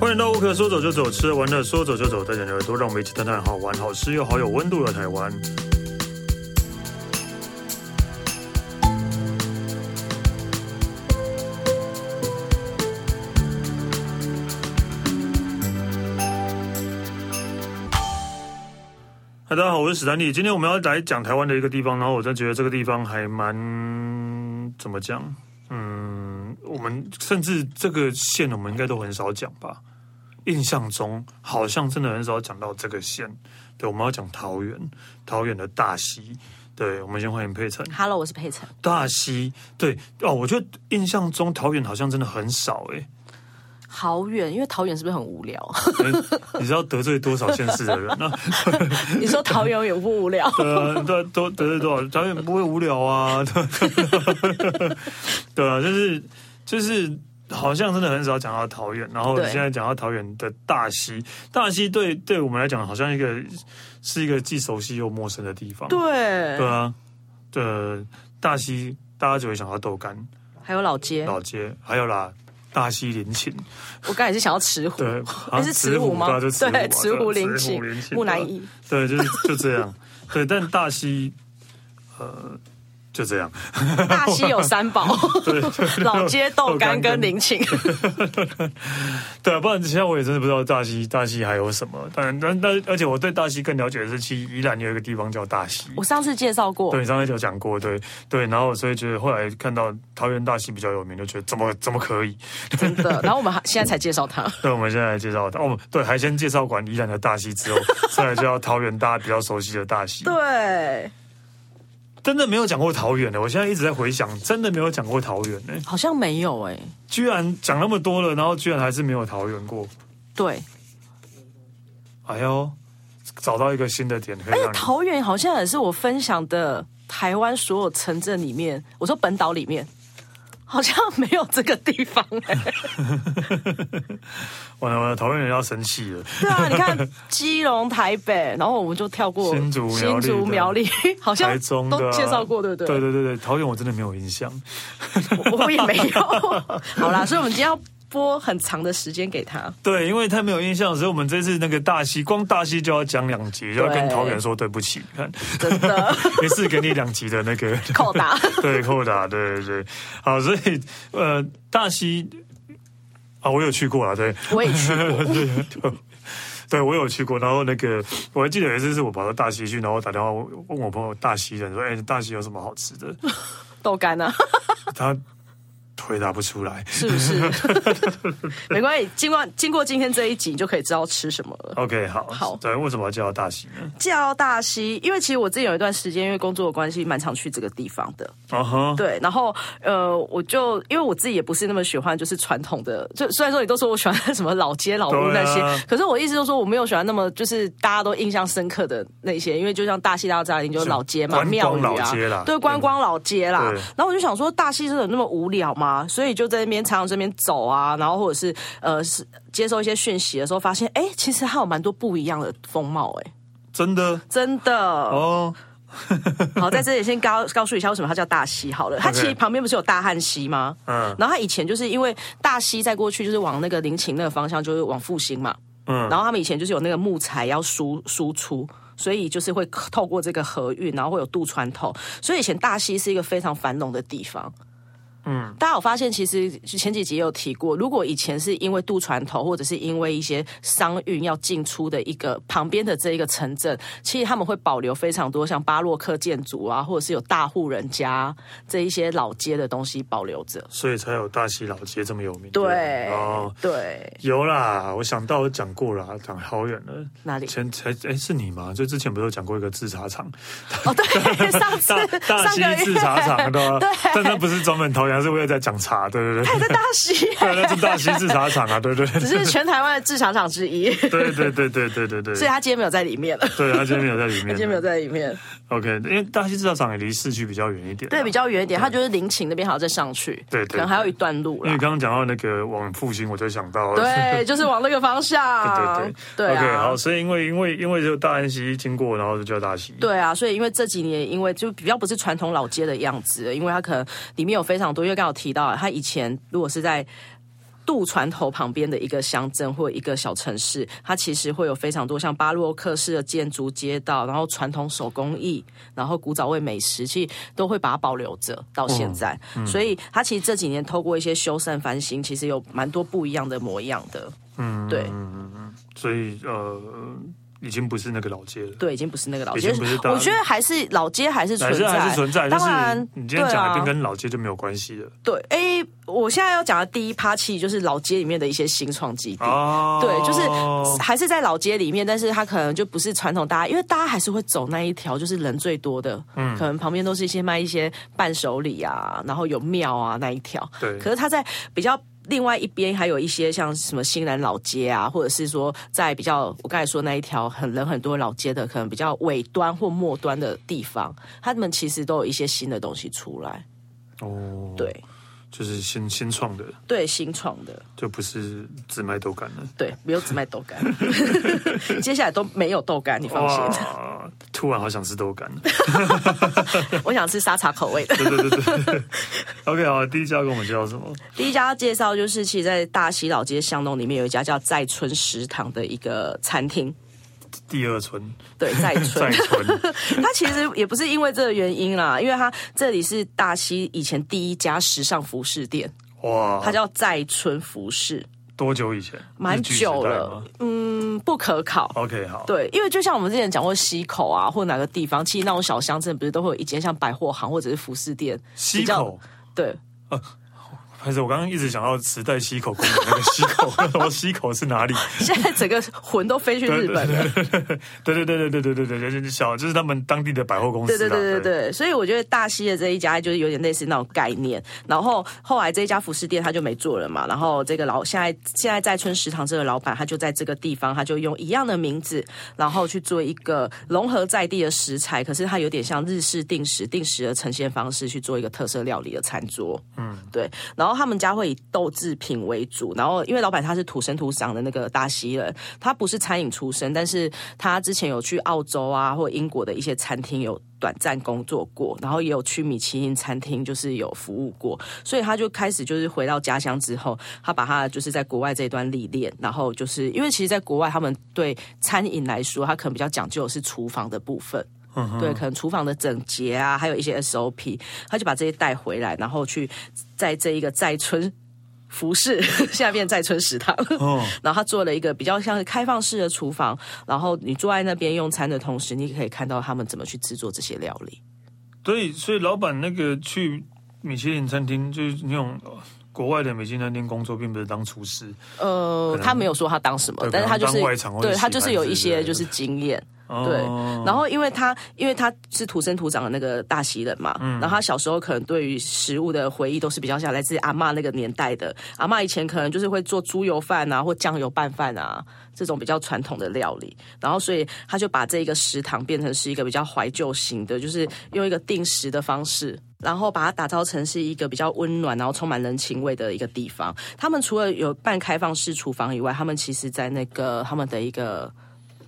欢迎到无可说走就走，吃玩的说走就走，带着你的耳朵，让我们一起探探好玩、好吃又好有温度的台湾。嗨，大家好，我是史丹利。今天我们要来讲台湾的一个地方，然后我真觉得这个地方还蛮怎么讲？嗯，我们甚至这个县我们应该都很少讲吧。印象中好像真的很少讲到这个县。对，我们要讲桃园，桃园的大溪。对，我们先欢迎佩晨。 Hello，我是佩晨。大溪，对哦，我觉得印象中桃园好像真的很少诶、桃园，因为桃园是不是很无 聊？哎你知道得罪多少县市的人？那，你说桃园也不无聊对啊，对啊，都得罪多少？导演不会无聊啊，对啊对啊，就是就是，好像真的很少讲到桃园，然后对现在讲到桃园的大溪，大溪对对我们来讲，好像一个是一个既熟悉又陌生的地方，对对，啊，对大溪，大家就会想到豆干、还有老街，老街，还有啦。大溪林寝，我刚才也是想要石虎，对，那还是慈湖吗？啊对啊，对，就慈慈湖啊湖对林慈寝湖林、寝木乃对啊伊，对，就是就这样。对，但大溪，呃，就这样。大溪有三宝，老街豆干跟林寝，对啊，不然其他我也真的不知道大溪大溪还有什么。当然，但但而且我对大溪更了解的是，其实宜兰有一个地方叫大溪。我上次介绍过对，，你上次有讲过，对对，然后所以觉得后来看到桃园大溪比较有名，就觉得怎么怎么可以？真的。然后我们还现在才介绍它，那我们现在来介绍它，哦，对，还先介绍完宜兰的大溪之后，再来介绍桃园大家比较熟悉的大溪。对，真的没有讲过桃园的，我现在一直在回想，真的没有讲过桃园呢、好像没有哎，居然讲那么多了，然后居然还是没有桃园过。对，哎呦，找到一个新的点可以而让且你哎桃园好像也是我分享的台湾所有城镇里面，我说本岛里面。好像没有这个地方哎、完了完了，桃园人要生气了。对啊，你看基隆、台北，然后我们就跳过新竹苗栗新竹苗栗 好像台中的啊、都介绍过，对不对？对对对对，桃园我真的没有印象。我我也 没有。好啦，所以我们今天要播很长的时间给他。对，因为太没有印象，所以我们这次那个大溪，光大溪就要讲两集，就要跟桃园说对不起。 看，真 的没事，给你两集的那个扣打。 对扣打，对对对。好，所以呃，大溪啊，我有去过啊，对，我也去过，对， 对我有去过。然后那个，我还记得有一次是我跑到大溪去，然后打电话问我朋友大溪人说：“哎、大溪有什么好吃的 豆干啊，？”他回答不出来。是 不是？没关系，经过经过今天这一集，你就可以知道吃什么了。 OK，好，好对，为什么要叫他大溪呢？叫大溪，因为其实我自己有一段时间，因为工作的关系，蛮常去这个地方的。啊哈，对，然后呃，我就因为我自己也不是那么喜欢就是传统的，就虽然说你都说我喜欢 什么老街老路对啊那些，可是我一直都说我没有喜欢那么就是大家都印象深刻的那些，因为就像大溪大家庭就是老街嘛，观庙光宇老街啦啊，对，观光老街啦对。然后我就想说大溪真的有那么无聊吗？所以就在那边常常这边走啊，然后或者是呃是接受一些讯息的时候，发现哎，其实还有蛮多不一样的风貌哎、真的真的。哦，好，在这里先告告诉一下为什么它叫大溪好了。它 OK 其实旁边不是有大汉溪吗？嗯然后它以前就是因为大溪在过去就是往那个林勤那个方向，就是往复兴嘛。嗯然后他们以前就是有那个木材要输输出，所以就是会透过这个河运，然后会有渡船头。所以以前大溪是一个非常繁荣的地方。嗯，大家有发现，其实前几集也有提过，如果以前是因为渡船头，或者是因为一些商运要进出的一个旁边的这一个城镇，其实他们会保留非常多像巴洛克建筑啊，或者是有大户人家这一些老街的东西保留着。所以才有大溪老街这么有名。对，哦，对，有啦，我想到我讲过啦，讲好远了。哪里？前才哎是你吗？就之前不是有讲过一个制茶厂，哦， 对，上次大大上溪个制月茶 厂的，对但那不是专门桃园，是为了在讲茶，对对对，在大溪，对，那是大溪制茶厂啊，对对对 只是全台湾的制茶厂之一，对对对对对对对，所以他今天没有在里面了。对他今天没有在里面，啊今天没有在里面， OK，因为大溪制茶厂也离市区比较远一点啊，对，比较远一点，他就是林寝那边还要再上去，对对可能还有一段路因为了。刚刚讲到那个往复兴，我就想到对，就是往那个方向， 对对啊 OK，好，所以因为因为因为就大安溪经过，然后就叫大溪。对啊，所以因为这几年，因为就比较不是传统老街的样子，因为它可能里面有非常多，因为刚好提到，它以前如果是在渡船头旁边的一个乡镇或一个小城市，它其实会有非常多像巴洛克式的建筑、街道，然后传统手工艺，然后古早味美食，其实都会把它保留着到现在。所以它其实这几年透过一些修缮翻新，其实有蛮多不一样的模样的。嗯，对所以呃，已经不是那个老街了。对，已经不是那个老已街经不是，大我觉得还是老街还是存还是在，还是存在，但当然是你今天讲的对跟啊跟老街就没有关系了对，哎、我现在要讲的第一趴其实就是老街里面的一些新创基地。哦。对，就是还是在老街里面，但是它可能就不是传统大家，因为大家还是会走那一条就是人最多的，嗯可能旁边都是一些卖一些伴手礼啊，然后有庙啊那一条。对可是它在比较。另外一边还有一些像什么新南老街啊，或者是说在比较我刚才说那一条很人很多老街的，可能比较尾端或末端的地方，他们其实都有一些新的东西出来。哦，对，就是新新创的，对，新创的，就不是只卖豆干了。对，没有只卖豆干， 接下来都没有豆干，你放心。哇，突然好想吃豆干了。我想吃沙茶口味的。对对对对。OK，好，第一家跟我们介绍什么？第一家要介绍就是，其实，在大溪老街巷弄里面有一家叫在村食堂的一个餐厅。第二村，对， 在再村， 村。它其实也不是因为这个原因啦，因为它这里是大溪以前第一家时尚服饰店，哇，它叫在村服饰，多久以前？蛮哦日据时久代了吗。哦嗯，不可考。 OK，好。对，因为就像我们之前讲过溪口啊，或哪个地方，其实那种小乡镇不是都会有一间像百货行或者是服饰店，溪比较口，对，还是我刚刚一直想到池袋溪口公园那个溪口，我溪口是哪里？现在整个魂都飞去日本了。对对对对对对对对对，小就是他们当地的百货公司对啦。对对对对，所以我觉得大溪的这一家就是有点类似那种概念。然后后来这一家服饰店他就没做了嘛，然后这个老现在现在在春食堂这个老板他就在这个地方，他就用一样的名字，然后去做一个融合在地的食材，可是它有点像日式定时定时的呈现方式去做一个特色料理的餐桌。嗯，对。然后他们家会以豆制品为主，然后因为老板他是土生土长的那个大溪人，他不是餐饮出身，但是他之前有去澳洲啊或英国的一些餐厅有短暂工作过，然后也有去米其林餐厅就是有服务过，所以他就开始就是回到家乡之后，他把他就是在国外这一段历练，然后就是因为其实，在国外他们对餐饮来说，他可能比较讲究的是厨房的部分。嗯对，可能厨房的整洁啊，还有一些 SOP，他就把这些带回来，然后去在这一个在村服饰 下面在村食堂，哦 然后他做了一个比较像是开放式的厨房，然后你坐在那边用餐的同时，你可以看到他们怎么去制作这些料理。所以，所以老板那个去米其林餐厅，就是那种呃国外的米其林餐厅工作，并不是当厨师呃，他没有说他当什么对，但是他就可能是当外场或者对洗他就是有盘一之类的些就是经验。哦对，然后因为他因为他是土生土长的那个大溪人嘛，然后他小时候可能对于食物的回忆都是比较像来自阿嬷那个年代的。阿嬷以前可能就是会做猪油饭啊，或酱油拌饭啊这种比较传统的料理，然后所以他就把这一个食堂变成是一个比较怀旧型的，就是用一个定时的方式。然后把它打造成是一个比较温暖，然后充满人情味的一个地方。他们除了有半开放式厨房以外，他们其实在那个他们的一个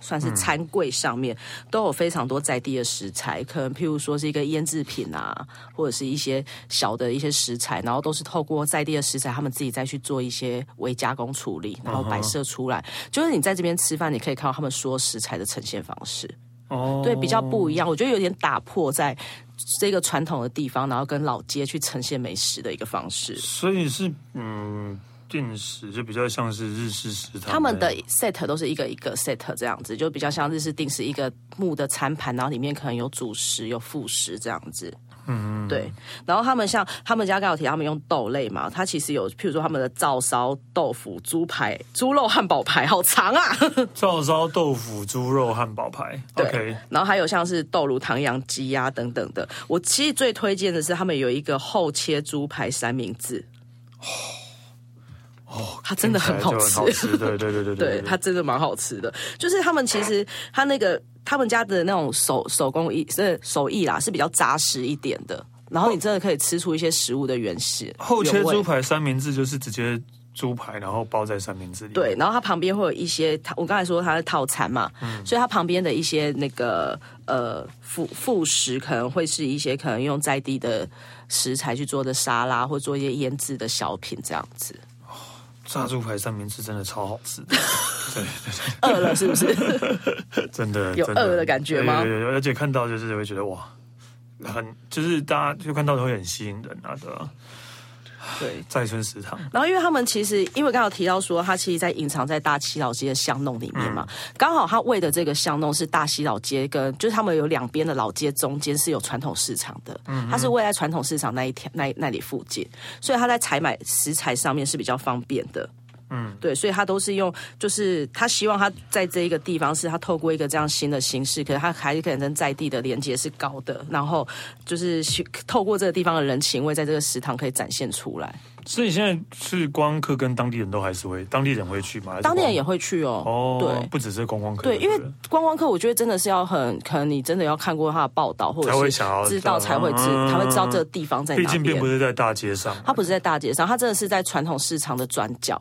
算是餐柜上面、都有非常多在地的食材，可能譬如说是一个腌制品啊，或者是一些小的一些食材，然后都是透过在地的食材，他们自己再去做一些微加工处理，然后摆设出来。就是你在这边吃饭，你可以看到他们所有食材的呈现方式，哦，对，比较不一样。我觉得有点打破在这个传统的地方，然后跟老街去呈现美食的一个方式。所以是嗯，定时就比较像是日式食堂那样，他们的 set 都是一个一个 set 这样子，就比较像日式定时一个木的餐盘，然后里面可能有主食有副食这样子。嗯，对。然后他们像他们家刚有提到，他们用豆类嘛，它其实有，譬如说他们的照烧豆腐、猪排、猪肉汉堡排，好长啊。 照烧豆腐、猪肉汉堡排，OK，然后还有像是豆乳唐扬鸡啊等等的。我其实最推荐的是他们有一个厚切猪排三明治。哦，它真的很好听起来就吃很好，吃，对对对对对，它真的蛮好吃的。就是他们其实他那个他们家的那种手手工艺是手艺啦，是比较扎实一点的。然后你真的可以吃出一些食物的原始厚切原哦味猪排三明治就是直接猪排，然后包在三明治里面，对，然后它旁边会有一些，它我刚才说它是套餐嘛，所以它旁边的一些那个呃副副食可能会是一些可能用在地的食材去做的沙拉，或做一些腌制的小品这样子。炸猪排三明治真的超好吃的，对对饿了是不 是？对，真的有真的饿的感觉吗有有有，而且看到就是会觉得哇，很就是大家就看到都会很吸引人啊，对吧？对。再春食堂，然后，因为他们其实，因为刚刚有提到说，它其实在隐藏在大西老街的巷弄里面嘛，刚好它为的这个巷弄是大西老街跟，就是他们有两边的老街中间是有传统市场的，它是位在传统市场那一条那那里附近，所以它在采买食材上面是比较方便的。嗯，对，所以他都是用，就是他希望他在这一个地方是他透过一个这样新的形式，可是他还是可能跟在地的连接是高的，然后就是去透过这个地方的人情味，在这个食堂可以展现出来。所以现在是观光客跟当地人都还是会，当地人会去吗？还是当地人观也会去哦。光哦，对不只是观光客，对，因为不观光客，我觉得真的是要很，可能你真的要看过他的报道，或才者会是想要知道才会知嗯，才会知道这个地方在毕哪竟并不边。是在大街上，它不是在大街上，它真的是在传统市场的转角。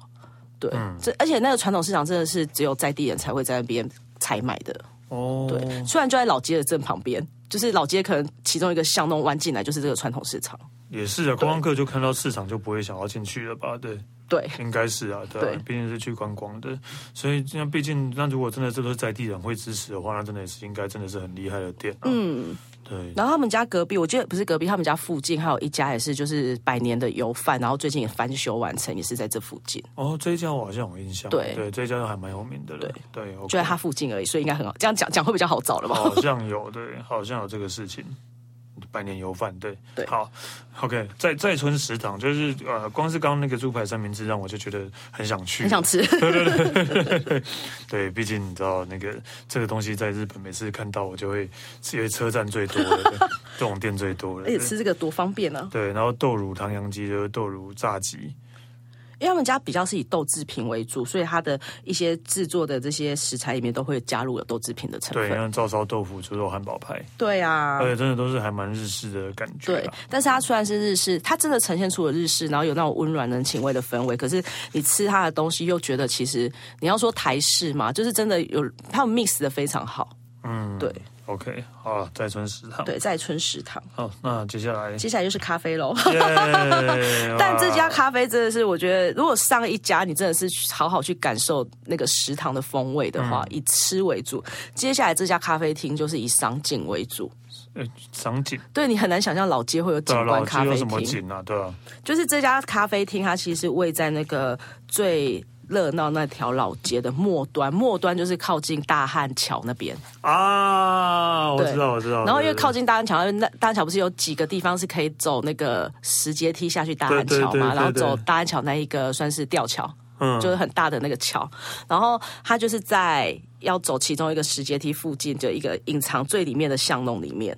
对，嗯这、而且那个传统市场真的是只有在地人才会在那边采买的。哦，对，虽然就在老街的正旁边，就是老街可能其中一个巷弄弯进来就是这个传统市场。也是啊，观光客就看到市场就不会想要进去了吧？对，对，应该是啊，对对啊，毕竟是去观光的，所以那毕竟那如果真的这都是在地人会支持的话，那真的也是应该真的是很厉害的店、啊，嗯，对，然后他们家隔壁，我记得不是隔壁，他们家附近还有一家也是就是百年的油饭，然后最近也翻修完成，也是在这附近。哦，这一家我好像有印象，对对，这一家还蛮有名的了，对对，OK 就在它附近而已，所以应该很好。这样讲讲会比较好找了吧？好像有，对，好像有这个事情。百年油饭，对，对好，OK，在在村食堂就是呃，光是刚刚那个猪排三明治让我就觉得很想去， 很想吃，嗯对，毕竟你知道那个这个东西在日本，每次看到我就会，因为车站最多了，对 这种店最多了。 而且对吃这个多方便啊！对，然后豆乳唐扬鸡就是豆乳炸鸡，因为他们家比较是以豆制品为主，所以它的一些制作的这些食材里面都会加入有豆制品的成对，啊分。像照烧豆腐、猪肉汉堡排，对啊，而且真的都是还蛮日式的感觉对啊。，但是它虽然是日式，它真的呈现出了日式，然后有那种温暖人情味的氛围。可是你吃它的东西，又觉得其实你要说台式嘛，就是真的有他们 mix 的非常好。嗯，对 OK，好啊，再春食堂。对，在春食堂，好，那接下来，接下来就是咖啡喽。耶 但这家哇咖啡真的是，我觉得如果上一家你真的是好好去感受那个食堂的风味的嗯话，以吃为主。接下来这家咖啡厅就是以赏景为主，呃赏景，对你很难想象老街会有对景啊，老观咖街有啡什么厅。景啊？对啊，就是这家咖啡厅，它其实位在那个最热闹那条老街的末端，末端就是靠近大汉桥那边。啊，我对知道，我知道。然后因为对靠近大安桥，那大安桥不是有几个地方是可以走那个石阶梯下去大安桥对对对对嘛？然后对走大安桥那一个算是吊桥，嗯就是很大的那个桥。然后它就是在要走其中一个石阶梯附近的一个隐藏最里面的巷弄里面，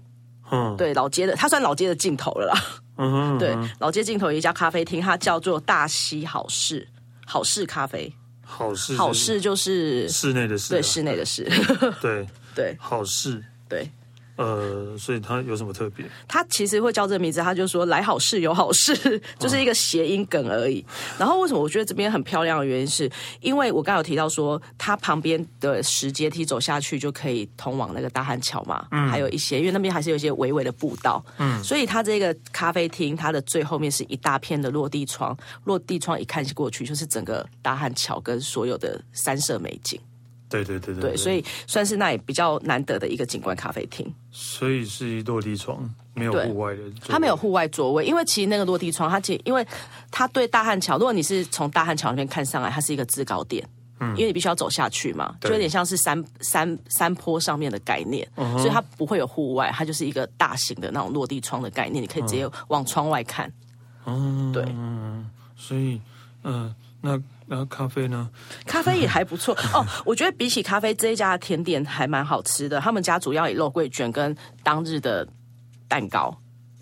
嗯对老街的，它算老街的尽头了啦。嗯哼，对，老街尽头有一家咖啡厅，它叫做大西好事好事咖啡，好事好事就是室内的事啊，对室内的事， 对对好事。对。呃，所以它有什么特别？他其实会叫这个名字，他就说“来好事有好事”， 就是一个谐音梗而已。然后为什么我觉得这边很漂亮的原因是，因为我刚刚有提到说，它旁边的石阶梯走下去就可以通往那个大汉桥嘛，还有一些，因为那边还是有一些微微的步道，嗯，所以它这个咖啡厅，它的最后面是一大片的落地窗，落地窗一看过去就是整个大汉桥跟所有的山色美景，对对对对对，所以算是那里比较难得的一个景观咖啡厅。所以是一落地窗，没有对户外的，它没有户外座位，因为其实那个落地窗，它其实因为它对大汉桥，如果你是从大汉桥那边看上来，它是一个制高点。因为你必须要走下去嘛，就有点像是山山山坡上面的概念，所以它不会有户外，它就是一个大型的那种落地窗的概念，你可以直接往窗外看。嗯对所以嗯、呃那那咖啡呢？咖啡也还不错哦，我觉得比起咖啡这一家的甜点还蛮好吃的，他们家主要以肉桂卷跟当日的蛋糕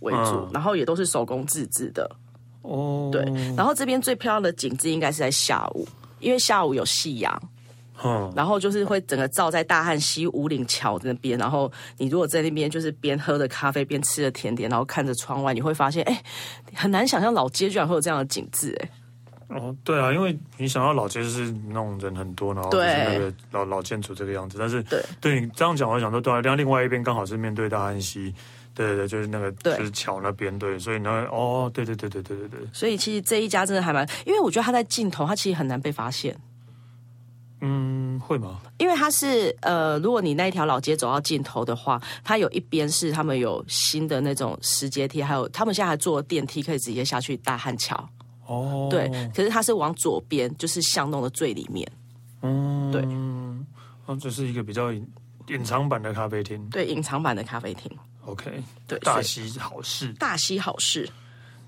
为主，嗯然后也都是手工自制的。哦，对，然后这边最漂亮的景致应该是在下午，因为下午有夕阳，嗯，然后就是会整个照在大汉溪五岭桥那边。然后你如果在那边就是边喝着咖啡边吃着甜点，然后看着窗外，你会发现，哎，很难想象老街居然会有这样的景致，哎，哦，对啊，因为你想到老街就是那种人很多，然后就是那对个老老建筑这个样子，但是对对你这样讲，我想说对啊，然后另外一边刚好是面对大安溪，对对对，就是那个对就是桥那边，对，所以呢，哦，对对对对对对对，所以其实这一家真的还蛮，因为我觉得他在镜头，他其实很难被发现。嗯，会吗？因为它是呃，如果你那一条老街走到尽头的话，它有一边是他们有新的那种石阶梯，还有他们现在还做电梯，可以直接下去大汉桥。哦，对，可是它是往左边，就是巷弄的最里面。嗯，对哦，这是一个比较隐隐藏版的咖啡厅对，隐藏版的咖啡厅， ，OK，对大所以溪好事大溪好事。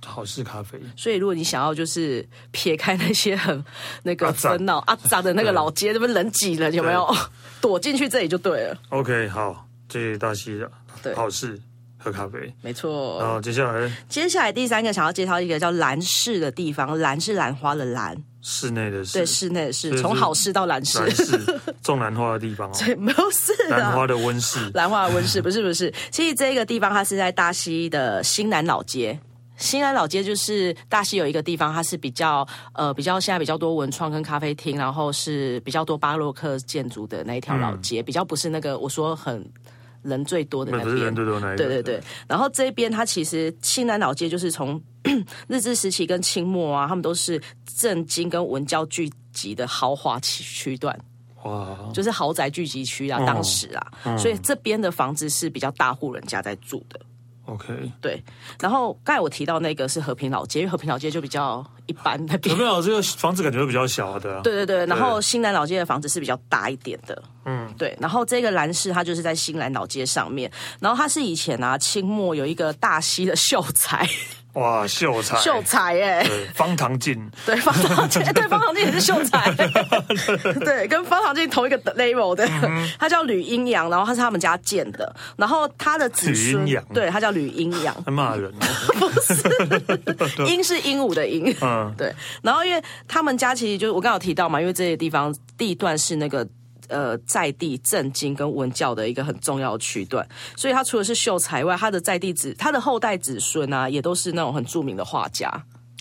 好事咖啡，所以如果你想要就是撇开那些很那阿个杂纷扰阿杂的那个对老街，那边人挤人，有没有？ 躲进去这里就对了。 OK，好，这大溪的对哦好事喝咖啡。没错。然后接下来接下来第三个想要介绍一个叫兰市的地方，兰是兰花的兰，室内的对，是室内的室所以，是从好事到兰市兰，室种兰花的地方哦，对， 没有事兰花的。啊的温 室。兰花温室不是不是，其实这个地方它是在大溪的新南老街。新南老街就是大溪有一个地方，它是比较呃比较现在比较多文创跟咖啡厅，然后是比较多巴洛克建筑的那一嗯条老街，比较不是那个我说很人最多的那那不是人边。最多的那一个，对对对，然后这边它其实西南老街就是从 日治时期跟清末啊，他们都是政经跟文教聚集的豪华区区段，哇，就是豪宅聚集区啊，哦当时啊，所以这边的房子是比较大户人家在住的。 OK， 对，然后刚才我提到那个是和平老街，因为和平老街就比较一般那边有没。有啊这个房子感觉会比较小的？啊对对对，然后新南老街的房子是比较大一点的，嗯，对。然后这个兰市它就是在新南老街上面，然后它是以前啊清末有一个大溪的秀才，哇，秀才，秀才哎、对，方唐镜，对，方 唐镜，哎对，方唐镜也是秀才，对，跟方唐镜同一个 level 的，嗯 他叫吕阴阳，然后他是他们家建的，然后他的子孙吕阴阳，对他叫吕阴阳， 还骂人哦， 阴是鹦鹉的鹦，嗯，对，然后因为他们家其实就是我刚刚有提到嘛，因为这些地方地段是那个。呃，在地政经跟文教的一个很重要的区段，所以他除了是秀才外，他的在地子，他的后代子孙啊，也都是那种很著名的画家。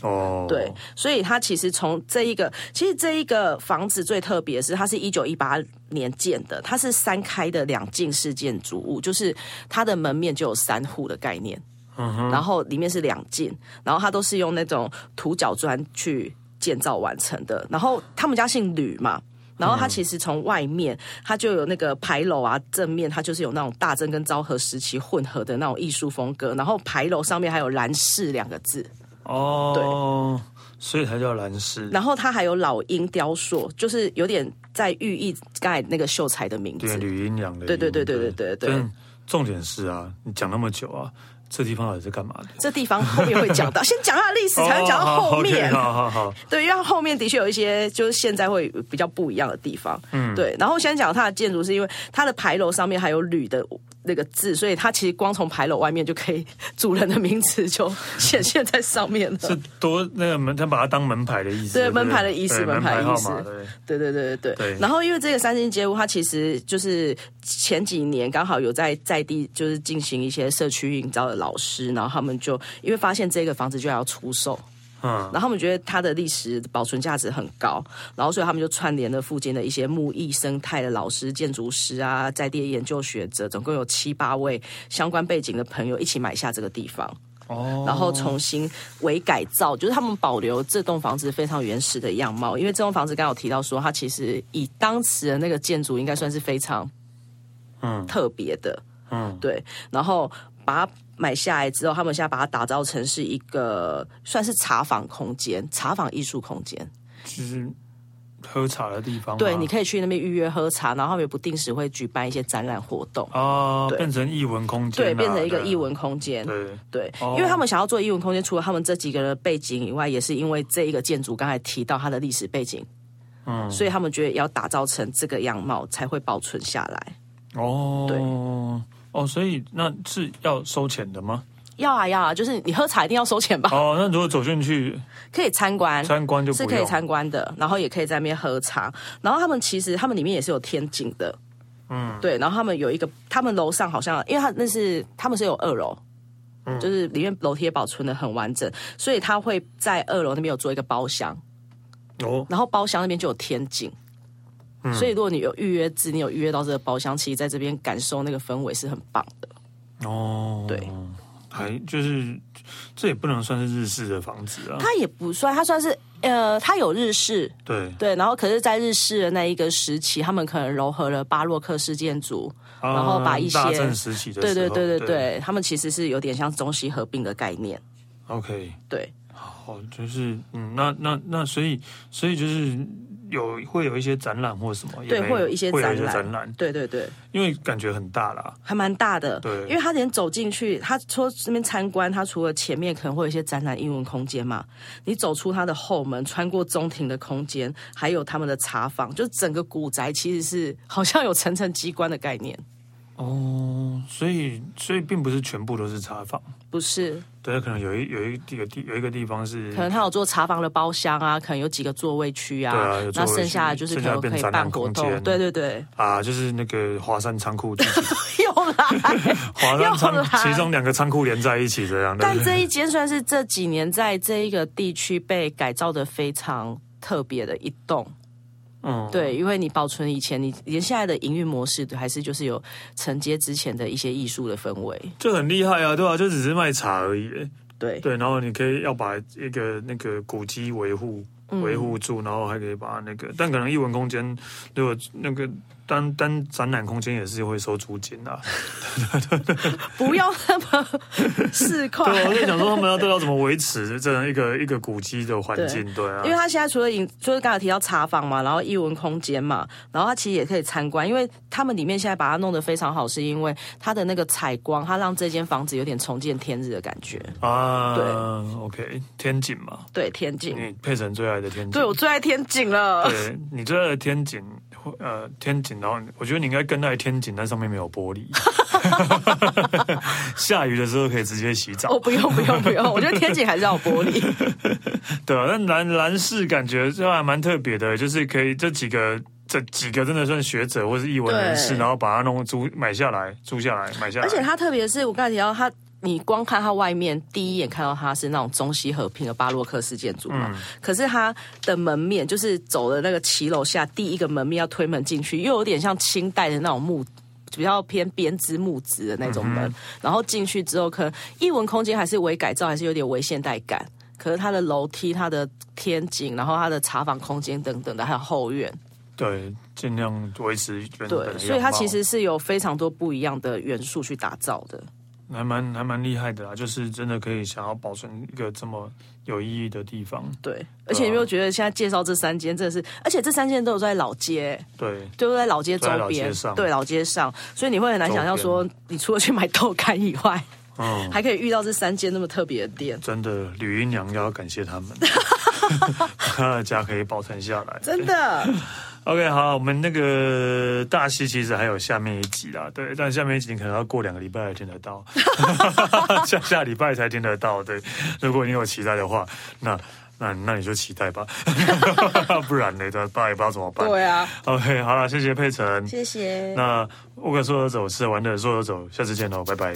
哦，对，所以它其实从这一个，其实这一个房子最特别的是，它是一九一八年建的，它是三开的两进式建筑物，就是它的门面就有三户的概念，然后里面是两进，然后它都是用那种土角砖去建造完成的。然后他们家姓吕嘛。然后它其实从外面，它就有那个牌楼啊，正面它就是有那种大正跟昭和时期混合的那种艺术风格，然后牌楼上面还有“兰氏”两个字，哦，所以才叫兰氏，然后它还有老鹰雕塑，就是有点在寓意刚才那个秀才的名对，字。吕阴阳的阴，对对对对对对对但重点是啊，你讲那么久啊，这地方到底是干嘛的？这地方后面会 讲到，先讲它的历史，才能讲到哦好后面。 OK，好好 好，对，因为它后面的确有一些就是现在会比较不一样的地方。嗯，对。然后先讲它的建筑，是因为它的牌楼上面还有“吕”的那个字，所以它其实光从牌楼外面就可以 主人的名字就显现在上面了。这多那个门，他把它当门牌的意思，对不门牌的意思对门门牌牌的号意思码，对，对对对对对。对然后因为这个三星街屋，它其实就是前几年刚好有在在地就是进行一些社区营造的老师，然后他们就因为发现这个房子就要出售，嗯，然后他们觉得它的历史保存价值很高，然后所以他们就串联了附近的一些木艺生态的老师、建筑师啊，在地研究学者，总共有七八位相关背景的朋友一起买下这个地方。哦，然后重新为改造，就是他们保留这栋房子非常原始的样貌。因为这栋房子刚刚有提到说，它其实以当时的那个建筑，应该算是非常嗯特别的，嗯，对。然后把它买下来之后，他们现在把它打造成是一个算是茶坊空间、茶坊艺术空间。就是喝茶的地方吗，对，你可以去那边预约喝茶，然后他们也不定时会举办一些展览活动。啊，对变成艺文空间啊，对，变成一个对艺文空间。对，对，哦因为他们想要做艺文空间，除了他们这几个人的背景以外，也是因为这一个建筑刚才提到它的历史背景，嗯，所以他们觉得要打造成这个样貌才会保存下来。哦，对哦，所以那是要收钱的吗？要啊要啊，就是你喝茶一定要收钱吧？哦，那如果走进去可以参观，参观就不是用可以参观的，然后也可以在那边喝茶。然后他们其实他们里面也是有天井的，嗯，对。然后他们有一个，他们楼上好像，因为他那是他们是有二楼。嗯就是里面楼梯也保存的很完整，所以他会在二楼那边有做一个包厢，哦，然后包厢那边就有天井。嗯所以，如果你有预约制，你有预约到这个包厢，其实在这边感受那个氛围是很棒的。哦，对，还就是这也不能算是日式的房子啊，它也不算，它算是呃，它有日式，对，对，然后可是，在日式的那一个时期，他们可能糅合了巴洛克式建筑，然后把一些啊大正时期的时对候，对对对对对，他们其实是有点像中西合并的概念， ，OK，对，好，就是嗯，那那那所以所以就是。有会有一些展览或什么，也对没会有一些会有展览展览，对对对，因为感觉很大啦。还蛮大的，对因为他连走进去，他说这边参观，他除了前面可能会有一些展览英文空间嘛，你走出他的后门，穿过中庭的空间，还有他们的茶坊，就整个古宅其实是好像有层层机关的概念，哦，所以所以并不是全部都是茶坊，不是？对，可能有一有一地有地有一个地方是可能他有做茶房的包厢啊，可能有几个座位区啊，对啊有座那位区剩下的就是可能可剩下以办活变展览空动间，对对对，啊，就是那个华山仓库地 区，又来。华山 又仓来其中两个仓库连在一起这样的，但这一间算是这几年在这一个地区被改造的非常特别的一栋。嗯，对，因为你保存以前，你连现在的营运模式还是就是有承接之前的一些艺术的氛围。就很厉害啊，对吧、就只是卖茶而已，欸对，对，然后你可以要把一个那个古迹维护嗯维护住，然后还可以把那个，但可能艺文空间如果那个单单展览空间也是会收租金啊， 不要那么 市侩。对，啊我在想说他们要都要怎么维持这样一个一个古迹的环境，对啊，因为他现在除了影，就是刚才提到茶坊嘛，然后艺文空间嘛，然后它其实也可以参观，因为他们里面现在把它弄得非常好，是因为它的那个采光，它让这间房子有点重见天日的感觉。啊，，OK，天井嘛，对，天井，你佩晨最爱的天井，对我最爱天井了。嗯对你最爱的天井，或呃，天井，然后我觉得你应该更爱天井，但上面没有玻 璃， 下雨的时候可以直接洗 哦，澡，不用不用不用，我觉得天井还是要有玻璃。对啊，但蓝蓝氏感觉就还蛮特别的，就是可以这几个。这几个真的算学者或是译文人士，对然后把它弄租买下来，租下来买下来， 而且它特别是我刚才提到它，你光看它外面，第一眼看到它是那种中西合并的巴洛克式建筑嘛，嗯可是它的门面就是走的那个骑楼下第一个门面要推门进去，又有点像清代的那种木。比较偏编织木质的那种门，嗯然后进去之后，可能艺文空间还是微改造，还是有点微现代感。可是它的楼梯、它的天井，然后它的茶房空间等等的，还有后院，对，尽量维持原本的对，样所以它貌其实是有非常多不一样的元素去打造的。还蛮还蛮厉害的啦，就是真的可以想要保存一个这么有意义的地方。对，而且你有没有觉得现在介绍这三间真的是，而且这三间都有在老街，对，都在老街周都在老街边上，对老街上，所以你会很难想象说，你除了去买豆干以外，嗯，还可以遇到这三间那么特别的 店，真的吕姨娘要感谢他 们，大家可以保存下来。真的。 OK，好，我们那个大戏其实还有下面一集啦，对，但下面一集你可能要过两个礼拜才听得 到，下下礼拜才听得到，对。如果你有期待的话，那那那你就期待吧， 不然呢，对爸也不知道怎么办。对啊， OK，好了，谢谢佩晨，谢谢。那我跟说走走，吃得玩的说走走，下次见喽，拜拜。